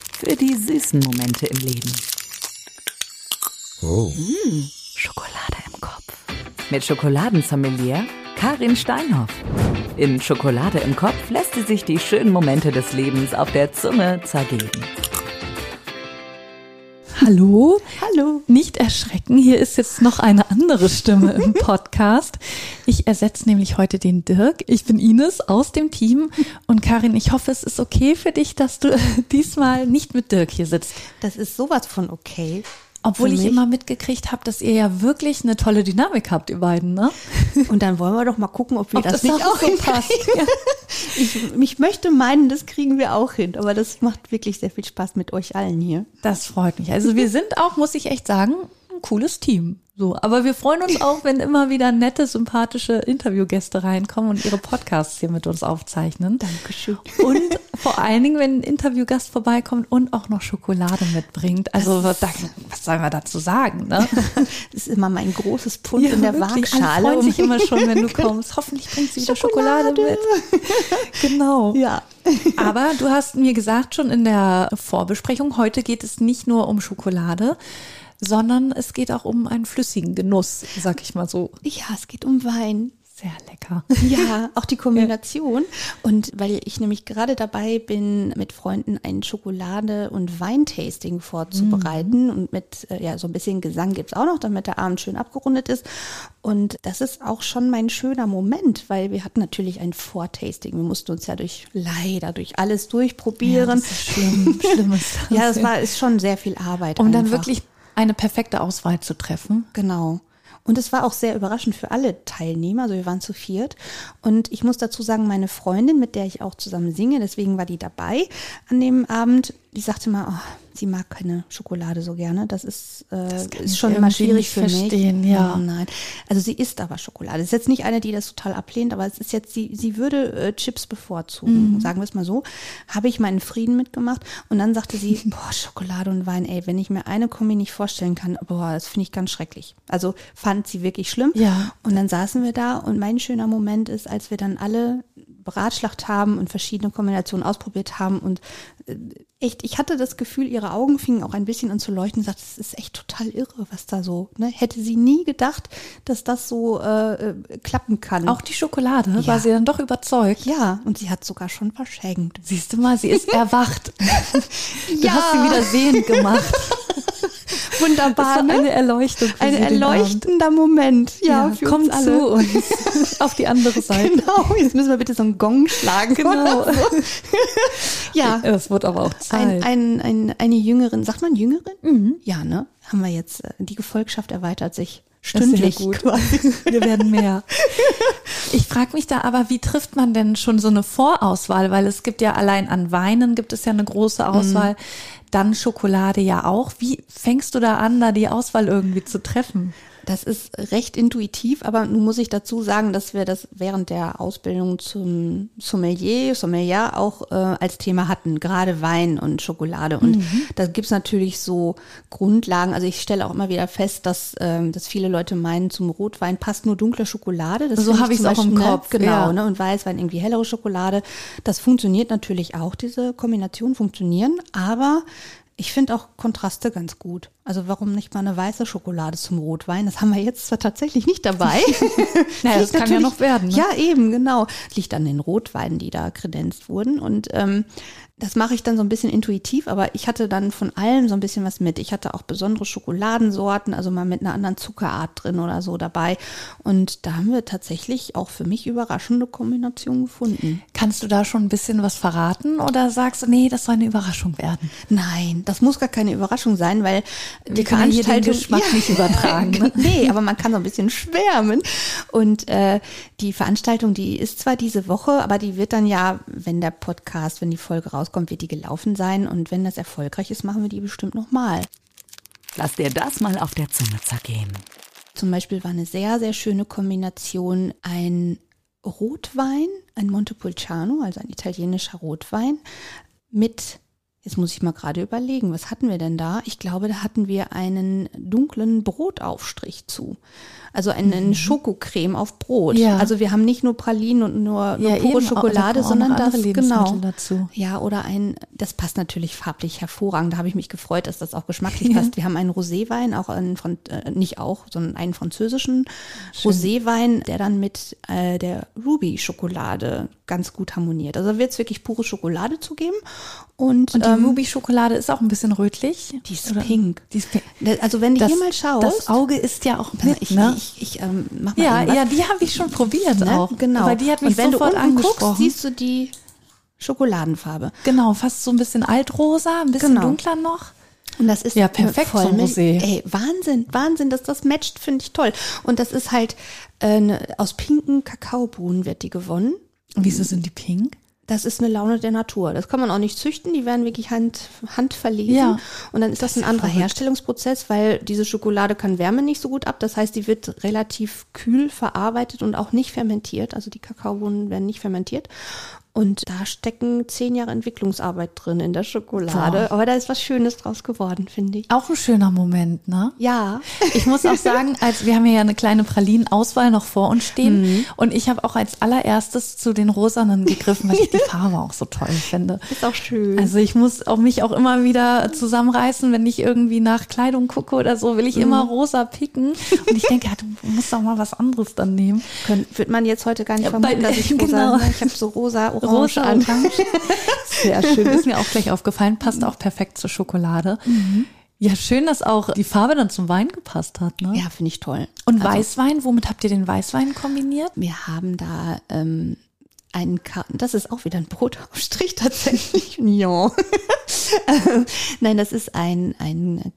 Für die süßen Momente im Leben. Hm, Oh. Schokolade im Kopf. Mit Schokoladensommelier Karin Steinhoff. In Schokolade im Kopf lässt sie sich die schönen Momente des Lebens auf der Zunge zergeben. Hallo. Hallo. Nicht erschrecken, hier ist jetzt noch eine andere Stimme im Podcast. Ich ersetze nämlich heute den Dirk. Ich bin Ines aus dem Team. Und Karin, ich hoffe, es ist okay für dich, dass du diesmal nicht mit Dirk hier sitzt. Das ist sowas von okay. Obwohl Für ich mich. immer mitgekriegt habe, dass ihr ja wirklich eine tolle Dynamik habt, ihr beiden, ne? Und dann wollen wir doch mal gucken, ob wir Ob das, das nicht auch auch so hinkriegen. passt. Ich, ich möchte meinen, das kriegen wir auch hin. Aber das macht wirklich sehr viel Spaß mit euch allen hier. Das freut mich. Also wir sind auch, muss ich echt sagen, ein cooles Team. So, aber wir freuen uns auch, wenn immer wieder nette, sympathische Interviewgäste reinkommen und ihre Podcasts hier mit uns aufzeichnen. Dankeschön. Und vor allen Dingen, wenn ein Interviewgast vorbeikommt und auch noch Schokolade mitbringt. Also was, da, was soll man dazu sagen? Ne? Das ist immer mein großes Pfund in der wirklich, Alle Waagschale. um Genau. freuen sich immer schon, wenn du kommst. Hoffentlich bringt sie wieder Schokolade, mit. Genau. ja. Aber du hast mir gesagt schon in der Vorbesprechung, heute geht es nicht nur um Schokolade, sondern es geht auch um einen flüssigen Genuss, sag ich mal so. ja, es geht um Wein. Sehr lecker. Ja, auch die Kombination. Und weil ich nämlich gerade dabei bin, mit Freunden ein Schokolade- und Weintasting Mhm. vorzubereiten und mit, äh, ja, so ein bisschen Gesang gibt's auch noch, damit der Abend schön abgerundet ist. Und das ist auch schon mein schöner Moment, weil wir hatten natürlich ein Vortasting. Wir mussten uns ja durch, leider durch alles durchprobieren. das ist schlimm, schlimm ist das. Ja, das war, ist schon sehr viel Arbeit. um dann einfach. wirklich eine perfekte Auswahl zu treffen. Genau. Und es war auch sehr überraschend für alle Teilnehmer. Also wir waren zu viert. Und ich muss dazu sagen, meine Freundin, mit der ich auch zusammen singe, deswegen war die dabei an dem Abend, die sagte mal, oh, sie mag keine Schokolade so gerne. Das ist, äh, kann ist ich schon immer irgendwie schwierig nicht für mich. verstehen, ja. Oh nein. Also sie isst aber Schokolade. Ist jetzt nicht eine, die das total ablehnt, aber es ist jetzt, sie, sie würde äh, Chips bevorzugen, sagen wir es mal so. Habe ich meinen Frieden mitgemacht und dann sagte sie, boah, Schokolade und Wein, ey, wenn ich mir eine Kombi nicht vorstellen kann, boah, das finde ich ganz schrecklich. Also fand sie wirklich schlimm. Ja. Und dann saßen wir da und mein schöner Moment ist, als wir dann alle beratschlagt haben und verschiedene Kombinationen ausprobiert haben und äh, echt, ich hatte das Gefühl, ihre Augen fingen auch ein bisschen an zu leuchten und sagte, das ist echt total irre, was da so, ne? Hätte sie nie gedacht, dass das so äh, äh, klappen kann. Auch die Schokolade Ja. war sie dann doch überzeugt. ja, und sie hat sogar schon verschenkt. Siehst du mal, sie ist erwacht. Du Ja. hast sie wieder sehend gemacht. Das Wunderbar, war ne? eine Erleuchtung. Für Ein sie den Abend. erleuchtender Moment. Ja, Ja, für kommt uns alle. zu uns auf die andere Seite. Genau, jetzt müssen wir bitte so einen Gong schlagen. Genau. Ja, Es wird aber auch Zeit. Genau. ein, ein, ein, eine Jüngerin, sagt man Jüngerin? Ja, ne? Haben wir jetzt, äh, die Gefolgschaft erweitert sich Das ist stündlich. Sehr gut. Wir werden mehr. Ich frage mich da aber, wie trifft man denn schon so eine Vorauswahl? Weil es gibt ja allein an Weinen gibt es ja eine große Auswahl. Dann Schokolade ja auch. Wie fängst du da an, da die Auswahl irgendwie zu treffen? Das ist recht intuitiv, aber nun muss ich dazu sagen, dass wir das während der Ausbildung zum Sommelier, Sommelier auch äh, als Thema hatten, gerade Wein und Schokolade. Und Mhm. da gibt's natürlich so Grundlagen. Also ich stelle auch immer wieder fest, dass, ähm, dass viele Leute meinen, zum Rotwein passt nur dunkle Schokolade. Das So finde habe ich's zum auch im Beispiel, Kopf, Ne? Genau, ja. ne? und Weißwein irgendwie hellere Schokolade. Das funktioniert natürlich auch, diese Kombination funktionieren, aber ich finde auch Kontraste ganz gut. Also warum nicht mal eine weiße Schokolade zum Rotwein? Das haben wir jetzt zwar tatsächlich nicht dabei. Naja, Liegt das kann ja natürlich- noch werden, ne? Ja, eben, genau. Liegt an den Rotweinen, die da kredenzt wurden. Und ähm, das mache ich dann so ein bisschen intuitiv, aber ich hatte dann von allem so ein bisschen was mit. Ich hatte auch besondere Schokoladensorten, also mal mit einer anderen Zuckerart drin oder so dabei. Und da haben wir tatsächlich auch für mich überraschende Kombinationen gefunden. Kannst du da schon ein bisschen was verraten oder sagst du, nee, das soll eine Überraschung werden? Nein, das muss gar keine Überraschung sein, weil die können ja hier den Geschmack nicht übertragen, ne? nee, aber man kann so ein bisschen schwärmen. Und äh, die Veranstaltung, die ist zwar diese Woche, aber die wird dann ja, wenn der Podcast, wenn die Folge rauskommt, wird die gelaufen sein. Und wenn das erfolgreich ist, machen wir die bestimmt nochmal. Lass dir das mal auf der Zunge zergehen. Zum Beispiel war eine sehr, sehr schöne Kombination ein Rotwein, ein Montepulciano, also ein italienischer Rotwein, mit, Jetzt muss ich mal gerade überlegen, was hatten wir denn da? Ich glaube, da hatten wir einen dunklen Brotaufstrich zu. Also einen Schokocreme auf Brot. Mhm. Ja. Also wir haben nicht nur Pralinen und nur, nur Ja, pure eben, Schokolade, also auch sondern noch das andere genau. Lebensmittel dazu. Ja, oder ein, das passt natürlich farblich hervorragend. Da habe ich mich gefreut, dass das auch geschmacklich passt. Wir haben einen Roséwein, auch einen von, äh, nicht auch, sondern einen französischen Roséwein, der dann mit äh, der Ruby-Schokolade ganz gut harmoniert. Also wird es wirklich pure Schokolade zugeben. Und, Und die ähm, Ruby-Schokolade ist auch ein bisschen rötlich. die ist pink. Die ist pink. Da- Also wenn du Das, hier mal schaust. das Auge ist ja auch mit, ich, ne? ich, ich ähm, mach mal ja, eben was. ja, die habe ich schon probiert Ne? auch. Genau. Weil die hat mich Und wenn sofort du unten guckst, angesprochen. siehst du die Schokoladenfarbe. genau, fast so ein bisschen altrosa, ein bisschen Genau. dunkler noch. Und das ist Ja, perfekt voll zum mit- Rosé. Ey, Wahnsinn, Wahnsinn, dass das matcht, finde ich toll. Und das ist halt äh, ne- aus pinken Kakaobohnen wird die gewonnen. Und wieso sind die pink? Das ist eine Laune der Natur. Das kann man auch nicht züchten, die werden wirklich hand, handverlesen. Ja. Und dann ist das, ein anderer Herstellungsprozess, weil diese Schokolade kann Wärme nicht so gut ab. Das heißt, die wird relativ kühl verarbeitet und auch nicht fermentiert. Also die Kakaobohnen werden nicht fermentiert. Und da stecken zehn Jahre Entwicklungsarbeit drin in der Schokolade. Aber da ist was Schönes draus geworden, finde ich. Auch ein schöner Moment, ne? Ja. Ich muss auch sagen, als wir haben ja eine kleine Pralinen-Auswahl noch vor uns stehen Mhm. und ich habe auch als allererstes zu den Rosanen gegriffen, weil ich die Farbe auch so toll finde. Ist auch schön. Also ich muss auch mich auch immer wieder zusammenreißen, wenn ich irgendwie nach Kleidung gucke oder so, will ich immer Mhm. rosa picken und ich denke, ja, du musst doch mal was anderes dann nehmen. Könnt, wird man jetzt heute gar nicht Ja, vermuten, bei- dass ich rosa, ne? genau. ich habe so rosa, orange Rosa an. Orange. Sehr schön, ist mir auch gleich aufgefallen, passt auch perfekt zur Schokolade. Ja, schön, dass auch die Farbe dann zum Wein gepasst hat, ne? Ja, finde ich toll. Also Und Weißwein, womit habt ihr den Weißwein kombiniert? Wir haben da ähm, einen Karten. Das ist auch wieder ein Brotaufstrich tatsächlich. ja. Ähm, Nein, das ist ein, ein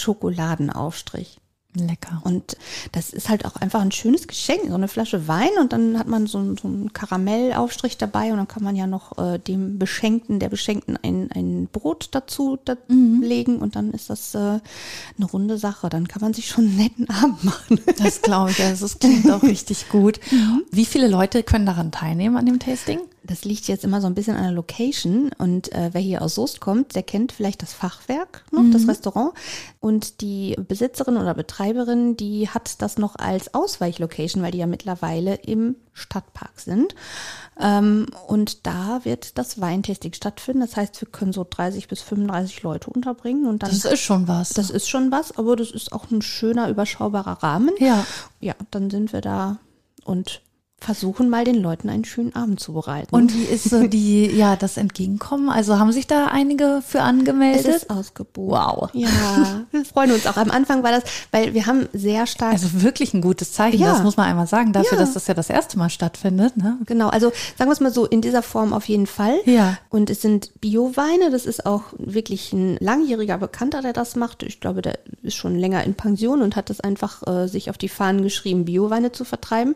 Karamell-Schokoladenaufstrich. Lecker. Und das ist halt auch einfach ein schönes Geschenk, so eine Flasche Wein und dann hat man so, einen- so einen Karamellaufstrich dabei und dann kann man ja noch äh, dem Beschenkten, der Beschenkten ein, ein Brot dazu da legen und dann ist das äh, eine runde Sache. Dann kann man sich schon einen netten Abend machen. Das glaube ich, also das klingt auch richtig gut. Wie viele Leute können daran teilnehmen an dem Tasting? Das liegt jetzt immer so ein bisschen an der Location und äh, wer hier aus Soest kommt, der kennt vielleicht das Fachwerk noch, das Mhm. Restaurant und die Besitzerin oder Betreiberin, die hat das noch als Ausweichlocation, weil die ja mittlerweile im Stadtpark sind ähm, und da wird das Weintasting stattfinden. Das heißt, wir können so 30 bis 35 Leute unterbringen und dann Das ist schon was. das ist schon was, aber das ist auch ein schöner, überschaubarer Rahmen. Ja. Ja, dann sind wir da und versuchen mal den Leuten einen schönen Abend zu bereiten. und wie ist so die, ja, das Entgegenkommen? Also haben sich da einige für es angemeldet? ist ausgebucht. Wow. Ja, wir freuen uns auch. Am Anfang war das, weil wir haben sehr stark. also wirklich ein gutes Zeichen, Ja. das muss man einmal sagen, dafür, Ja. dass das ja das erste Mal stattfindet. Ne? Genau, also sagen wir es mal so, in dieser Form auf jeden Fall. Ja. Und es sind Bio-Weine, das ist auch wirklich ein langjähriger Bekannter, der das macht. Ich glaube, der ist schon länger in Pension und hat das einfach äh, sich auf die Fahnen geschrieben, Bio-Weine zu vertreiben.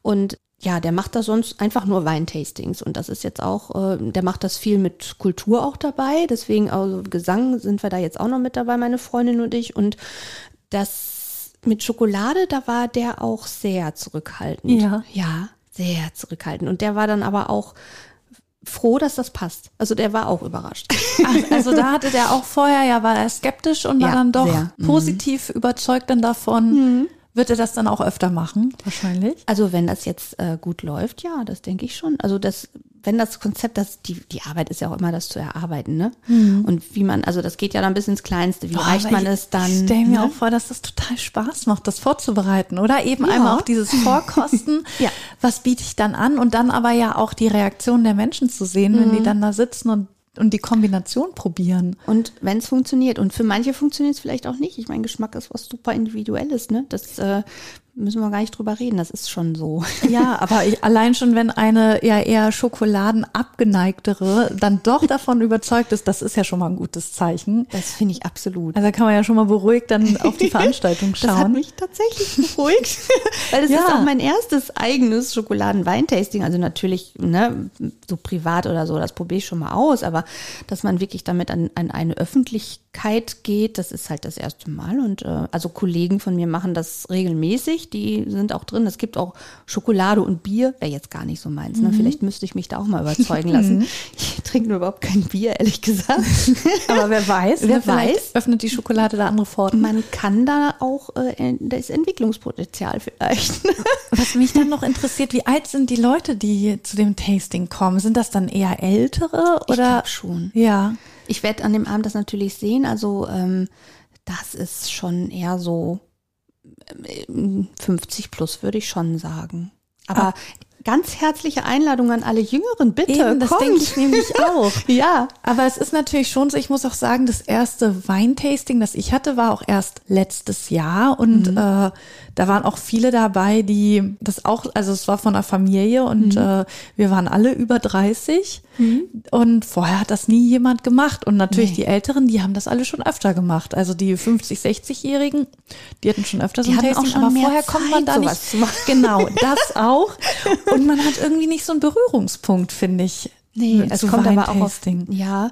Und ja, der macht da sonst einfach nur Weintastings und das ist jetzt auch, äh, der macht das viel mit Kultur auch dabei, deswegen also Gesang sind wir da jetzt auch noch mit dabei, meine Freundin und ich und das mit Schokolade, da war der auch sehr zurückhaltend. Ja. Ja, sehr zurückhaltend. Und der war dann aber auch froh, dass das passt. Also der war auch überrascht. Ach, also da hatte der auch vorher, ja, war er skeptisch und war Ja, dann doch sehr. positiv überzeugt dann davon. Wird er das dann auch öfter machen? Mhm. Wahrscheinlich. Also wenn das jetzt äh, gut läuft, ja, das denke ich schon. Also das, wenn das Konzept, das, die, die Arbeit ist ja auch immer, das zu erarbeiten, ne? Und wie man, also das geht ja dann bis ins Kleinste. Wie reicht Aber man ich- es dann? Ich stelle mir ne? auch vor, dass das total Spaß macht, das vorzubereiten, oder? Eben einmal auch dieses Vorkosten. Ja. Was biete ich dann an? Und dann aber ja auch die Reaktion der Menschen zu sehen, wenn die dann da sitzen und, und die Kombination probieren. Und wenn es funktioniert. Und für manche funktioniert es vielleicht auch nicht. Ich meine, Geschmack ist was super Individuelles, ne? Das äh, müssen wir gar nicht drüber reden. Das ist schon so. Ja, aber ich, allein schon, wenn eine ja eher schokoladenabgeneigtere dann doch davon überzeugt ist, das ist ja schon mal ein gutes Zeichen. Das finde ich absolut. Also da kann man ja schon mal beruhigt dann auf die Veranstaltung Das hat schauen. mich tatsächlich beruhigt, weil das Ja. ist auch mein erstes eigenes Schokoladen-Weintasting. Also natürlich, ne, so privat oder so, das probiere ich schon mal aus, aber dass man wirklich damit an, an eine Öffentlichkeit geht, das ist halt das erste Mal. Und äh, also Kollegen von mir machen das regelmäßig. nicht, die sind auch drin. Es gibt auch Schokolade und Bier, wäre jetzt gar nicht so meins. Ne? Vielleicht müsste ich mich da auch mal überzeugen lassen. Ich trinke nur überhaupt kein Bier, ehrlich gesagt. Aber wer weiß, Wer ne, vielleicht weiß. öffnet die Schokolade da andere Pforten. Man kann da auch, äh, en- da ist Entwicklungspotenzial vielleicht. Was mich dann noch interessiert, wie alt sind die Leute, die zu dem Tasting kommen? Sind das dann eher ältere oder? glaub schon. Ja. Ich werde an dem Abend das natürlich sehen. Also ähm, das ist schon eher so ähm, 50 plus, würde ich schon sagen. Aber ganz herzliche Einladung an alle Jüngeren, bitte. Eben, das kommt. denke ich nämlich auch. Ja. Aber es ist natürlich schon so, ich muss auch sagen, das erste Weintasting, das ich hatte, war auch erst letztes Jahr und Mhm. äh, da waren auch viele dabei, die das auch, also es war von einer Familie und Mhm. äh, wir waren alle über 30 und vorher hat das nie jemand gemacht und natürlich die Älteren, die haben das alle schon öfter gemacht, also die 50, 60-Jährigen, die hatten schon öfter so Die ein hatten auch Tasting, schon aber mehr vorher kommt man Zeit, da sowas zu nicht, machen. genau, das auch und man hat irgendwie nicht so einen Berührungspunkt, finde ich. Nee, es zu kommt aber auch auf, Weintasting. ja,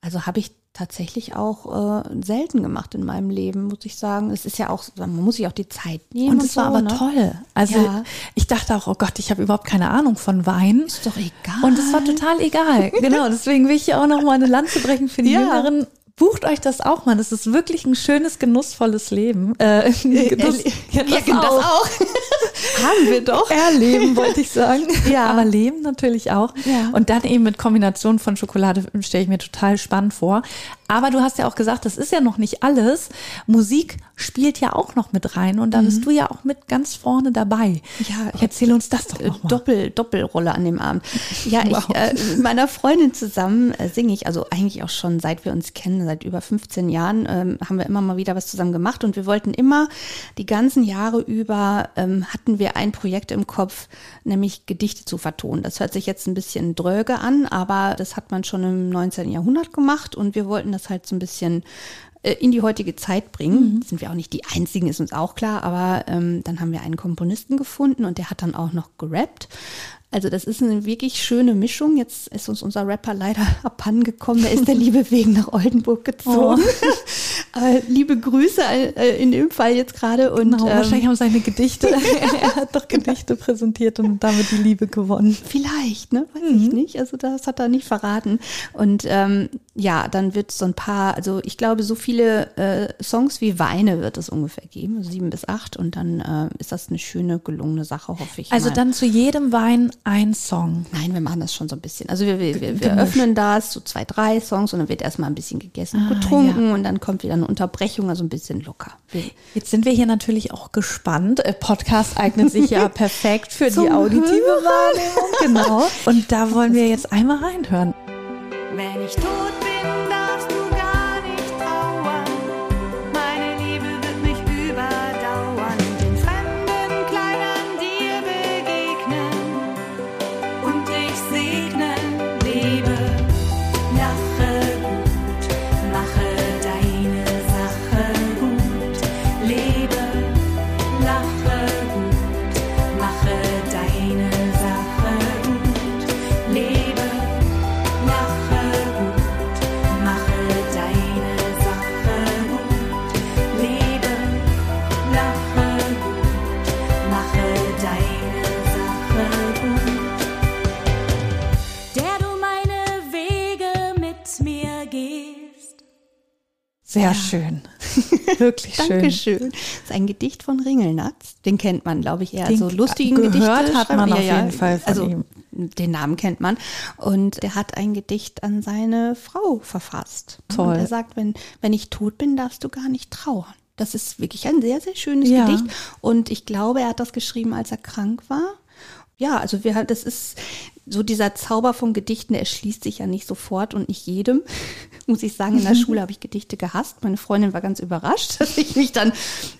also habe ich tatsächlich auch äh, selten gemacht in meinem Leben, muss ich sagen. Es ist ja auch, man muss sich auch die Zeit nehmen. Und Und es so, war aber ne? toll. Also Ja. ich dachte auch, oh Gott, ich habe überhaupt keine Ahnung von Wein. Ist doch egal. Und es war total egal. genau, deswegen will ich hier auch nochmal eine Lanze brechen für die Ja. Jüngeren. Bucht euch das auch mal. Das ist wirklich ein schönes, genussvolles Leben. Äh, Genuss, ja, das, auch. Genau. Haben wir doch. Erleben, wollte ich sagen. Ja. Aber Leben natürlich auch. Ja. Und dann eben mit Kombination von Schokolade stelle ich mir total spannend vor. Aber du hast ja auch gesagt, das ist ja noch nicht alles. Musik spielt ja auch noch mit rein und da bist du ja auch mit ganz vorne dabei. Mhm. Ja, äh, ich- Erzähl uns das doch nochmal. Doppel, Doppelrolle an dem Abend. Ja, Wow. ich, äh, mit meiner Freundin zusammen äh, singe ich, also eigentlich auch schon seit wir uns kennen, seit über 15 Jahren, ähm, haben wir immer mal wieder was zusammen gemacht und wir wollten immer die ganzen Jahre über, ähm, hatten wir ein Projekt im Kopf, nämlich Gedichte zu vertonen. Das hört sich jetzt ein bisschen dröge an, aber das hat man schon im 19. Jahrhundert gemacht und wir wollten das halt so ein bisschen äh, in die heutige Zeit bringen. Sind wir auch nicht die Einzigen, ist uns auch klar, aber ähm, dann haben wir einen Komponisten gefunden und der hat dann auch noch gerappt. Also das ist eine wirklich schöne Mischung. Jetzt ist uns unser Rapper leider abhanden gekommen. Er ist der Liebe wegen nach Oldenburg gezogen. Äh, Liebe Grüße äh, in dem Fall jetzt gerade. Und Genau, ähm, wahrscheinlich haben seine Gedichte, er hat doch Gedichte präsentiert und damit die Liebe gewonnen. Vielleicht, ne? Weiß ich nicht. Also das hat er nicht verraten. Und ähm, ja, dann wird es so ein paar, also ich glaube, so viele äh, Songs wie Weine wird es ungefähr geben, also sieben bis acht. Und dann äh, ist das eine schöne, gelungene Sache, hoffe ich. Also mal. dann zu jedem Wein ein Song. Nein, wir machen das schon so ein bisschen. Also wir, wir, wir, wir Gemischt. öffnen das, so zwei, drei Songs und dann wird erstmal ein bisschen gegessen Ah, und getrunken und dann kommt wieder eine Unterbrechung, also ein bisschen locker. Wir, Jetzt sind wir hier natürlich auch gespannt. Äh, Podcast eignet sich ja perfekt für die Zum auditive Wahrnehmung. Genau. Und da wollen wir jetzt einmal reinhören. Wenn ich tot bin, darfst du gar nicht trauern. Meine Liebe wird mich überdauern, den fremden Kleidern dir begegnen und dich segnen, Liebe. Lache gut, mache deine Sache gut, Liebe. Lache gut, mache deine Sache gut, Liebe. Mache gut, mache deine Sache gut, lebe, lache gut, mache deine Sache gut, der du meine Wege mit mir gehst. Sehr schön. Wirklich schön. Dankeschön. Das ist ein Gedicht von Ringelnatz. Den kennt man, glaube ich, eher Den so lustigen gehört Gedichte. hat schreiben- man auf jeden Fall von also, ihm. Den Namen kennt man. Und der hat ein Gedicht an seine Frau verfasst. Toll. Und er sagt, wenn, wenn ich tot bin, darfst du gar nicht trauern. Das ist wirklich ein sehr, sehr schönes Ja. Gedicht. Und ich glaube, er hat das geschrieben, als er krank war. Ja, also wir, das ist so dieser Zauber von Gedichten, der erschließt sich ja nicht sofort und nicht jedem. Muss ich sagen, in der Schule habe ich Gedichte gehasst. Meine Freundin war ganz überrascht, dass ich mich dann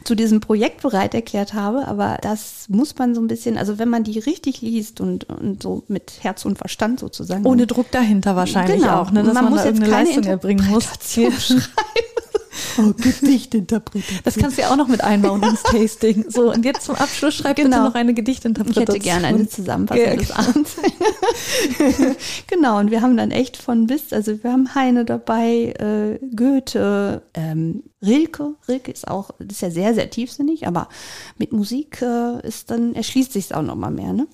zu diesem Projekt bereit erklärt habe. Aber das muss man so ein bisschen, also wenn man die richtig liest und, und so mit Herz und Verstand sozusagen. Ohne Druck dahinter wahrscheinlich Genau. auch, ne? dass man, Man muss da jetzt irgendeine keine Leistung erbringen muss. Interpretation Oh, Gedichtinterpretation. Das kannst du ja auch noch mit einbauen ins Tasting. So, und jetzt zum Abschluss schreib bitte Genau. noch eine Ich Gedichtinterpretation. hätte gerne eine Zusammenfassung Ja, des Abends. genau, und wir haben dann echt von bis, also wir haben Heine dabei, äh, Goethe, ähm, Rilke. Rilke ist auch, ist ja sehr, sehr tiefsinnig, aber mit Musik äh, ist dann, erschließt sich es auch nochmal mehr, ne?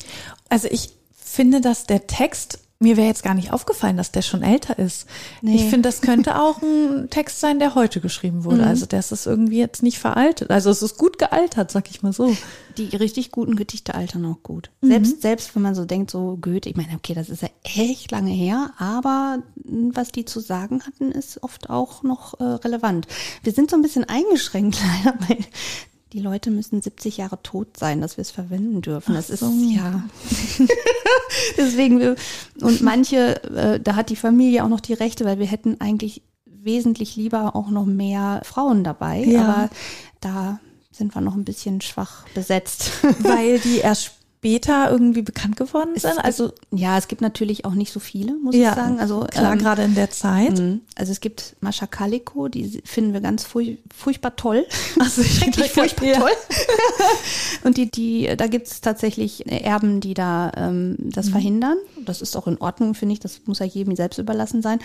Also ich finde, dass der Text, mir wäre jetzt gar nicht aufgefallen, dass der schon älter ist. Nee. Ich finde, das könnte auch ein Text sein, der heute geschrieben Mhm. wurde. Also das ist irgendwie jetzt nicht veraltet. Also es ist gut gealtert, sag ich mal so. Die richtig guten Gedichte altern auch gut. Selbst, selbst wenn man so denkt, so Goethe, ich meine, okay, das ist ja echt lange her, aber mh, was die zu sagen hatten, ist oft auch noch äh, relevant. Wir sind so ein bisschen eingeschränkt leider, weil die Leute müssen 70 Jahre tot sein, dass wir es verwenden dürfen. Das ist ja. Deswegen, wir, und manche, äh, da hat die Familie auch noch die Rechte, weil wir hätten eigentlich wesentlich lieber auch noch mehr Frauen dabei, Ja. aber da sind wir noch ein bisschen schwach besetzt. Weil die erst später irgendwie bekannt geworden sind. Also ja, es gibt natürlich auch nicht so viele, muss ja, ich sagen. Also klar, ähm, gerade in der Zeit. mh, also es gibt Mascha Kaliko, die finden wir ganz furch furchtbar toll. Also ich Schrecklich denke, furchtbar ja. toll. Und die, die, da gibt es tatsächlich Erben, die da ähm, das Mhm. verhindern. Das ist auch in Ordnung, finde ich. Das muss ja jedem selbst überlassen sein.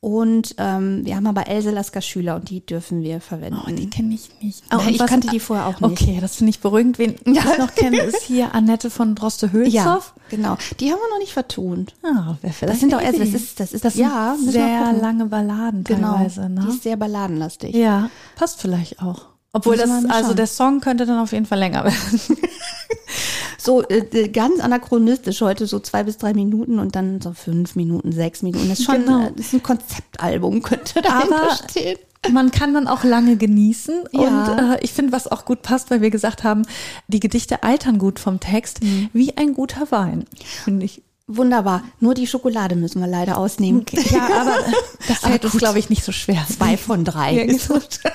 Und ähm, wir haben aber Else Lasker Schüler und die dürfen wir verwenden. Oh, die kenne ich nicht. Ah, und ich kannte die vorher auch nicht. Okay, das finde ich beruhigend. Wen Ja. ich noch kenne, ist hier Annette von ja, Droste-Hülshoff. genau. Die haben wir noch nicht vertont. Ah, wer vielleicht Das sind doch eine erst, das Idee. ist, das ist, das ja, sind müssen wir sehr gucken. lange Balladen teilweise, Genau. Die ne? ist sehr balladenlastig. Ja, passt vielleicht auch. Obwohl Muss das, man mal also schauen. der Song könnte dann auf jeden Fall länger werden. So äh, ganz anachronistisch heute, so zwei bis drei Minuten und dann so fünf Minuten, sechs Minuten. Das ist schon Genau. äh, das ist ein Konzeptalbum, könnte dahinter Aber- stehen. Man kann dann auch lange genießen und Ja. äh, ich finde, was auch gut passt, weil wir gesagt haben, die Gedichte altern gut vom Text, wie ein guter Wein, finde ich. Wunderbar. Nur die Schokolade müssen wir leider ausnehmen. Ja, aber das Aber fällt uns, gut. glaube ich, nicht so schwer. Zwei von drei. Ja, ist genau. so-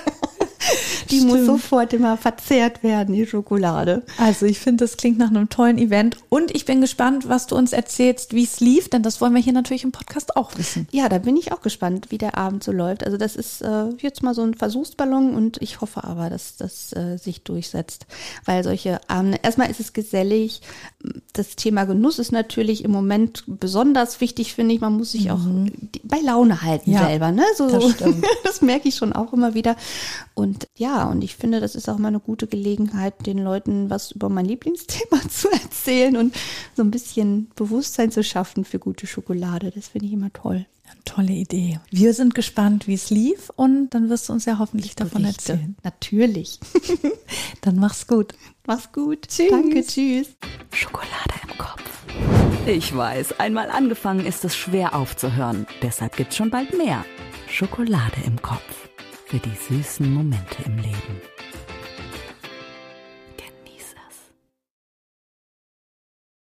die muss sofort immer verzehrt werden, die Schokolade. Also ich finde, das klingt nach einem tollen Event und ich bin gespannt, was du uns erzählst, wie es lief, denn das wollen wir hier natürlich im Podcast auch wissen. Ja, da bin ich auch gespannt, wie der Abend so läuft. Also das ist äh, jetzt mal so ein Versuchsballon und ich hoffe aber, dass das äh, sich durchsetzt, weil solche Abende, erstmal ist es gesellig. Das Thema Genuss ist natürlich im Moment besonders wichtig, finde ich. Man muss sich auch die- bei Laune halten Mhm. Ja, selber. Ne? So, das so. stimmt. das merke ich schon auch immer wieder. Und ja, und ich finde, das ist auch mal eine gute Gelegenheit, den Leuten was über mein Lieblingsthema zu erzählen und so ein bisschen Bewusstsein zu schaffen für gute Schokolade. Das finde ich immer toll. Tolle Idee. Wir sind gespannt, wie es lief und dann wirst du uns ja hoffentlich davon Berichte. erzählen. Natürlich. Dann mach's gut. Mach's gut. Tschüss. Danke, tschüss. Schokolade im Kopf. Ich weiß, einmal angefangen ist es schwer aufzuhören. Deshalb gibt's schon bald mehr. Schokolade im Kopf. Für die süßen Momente im Leben.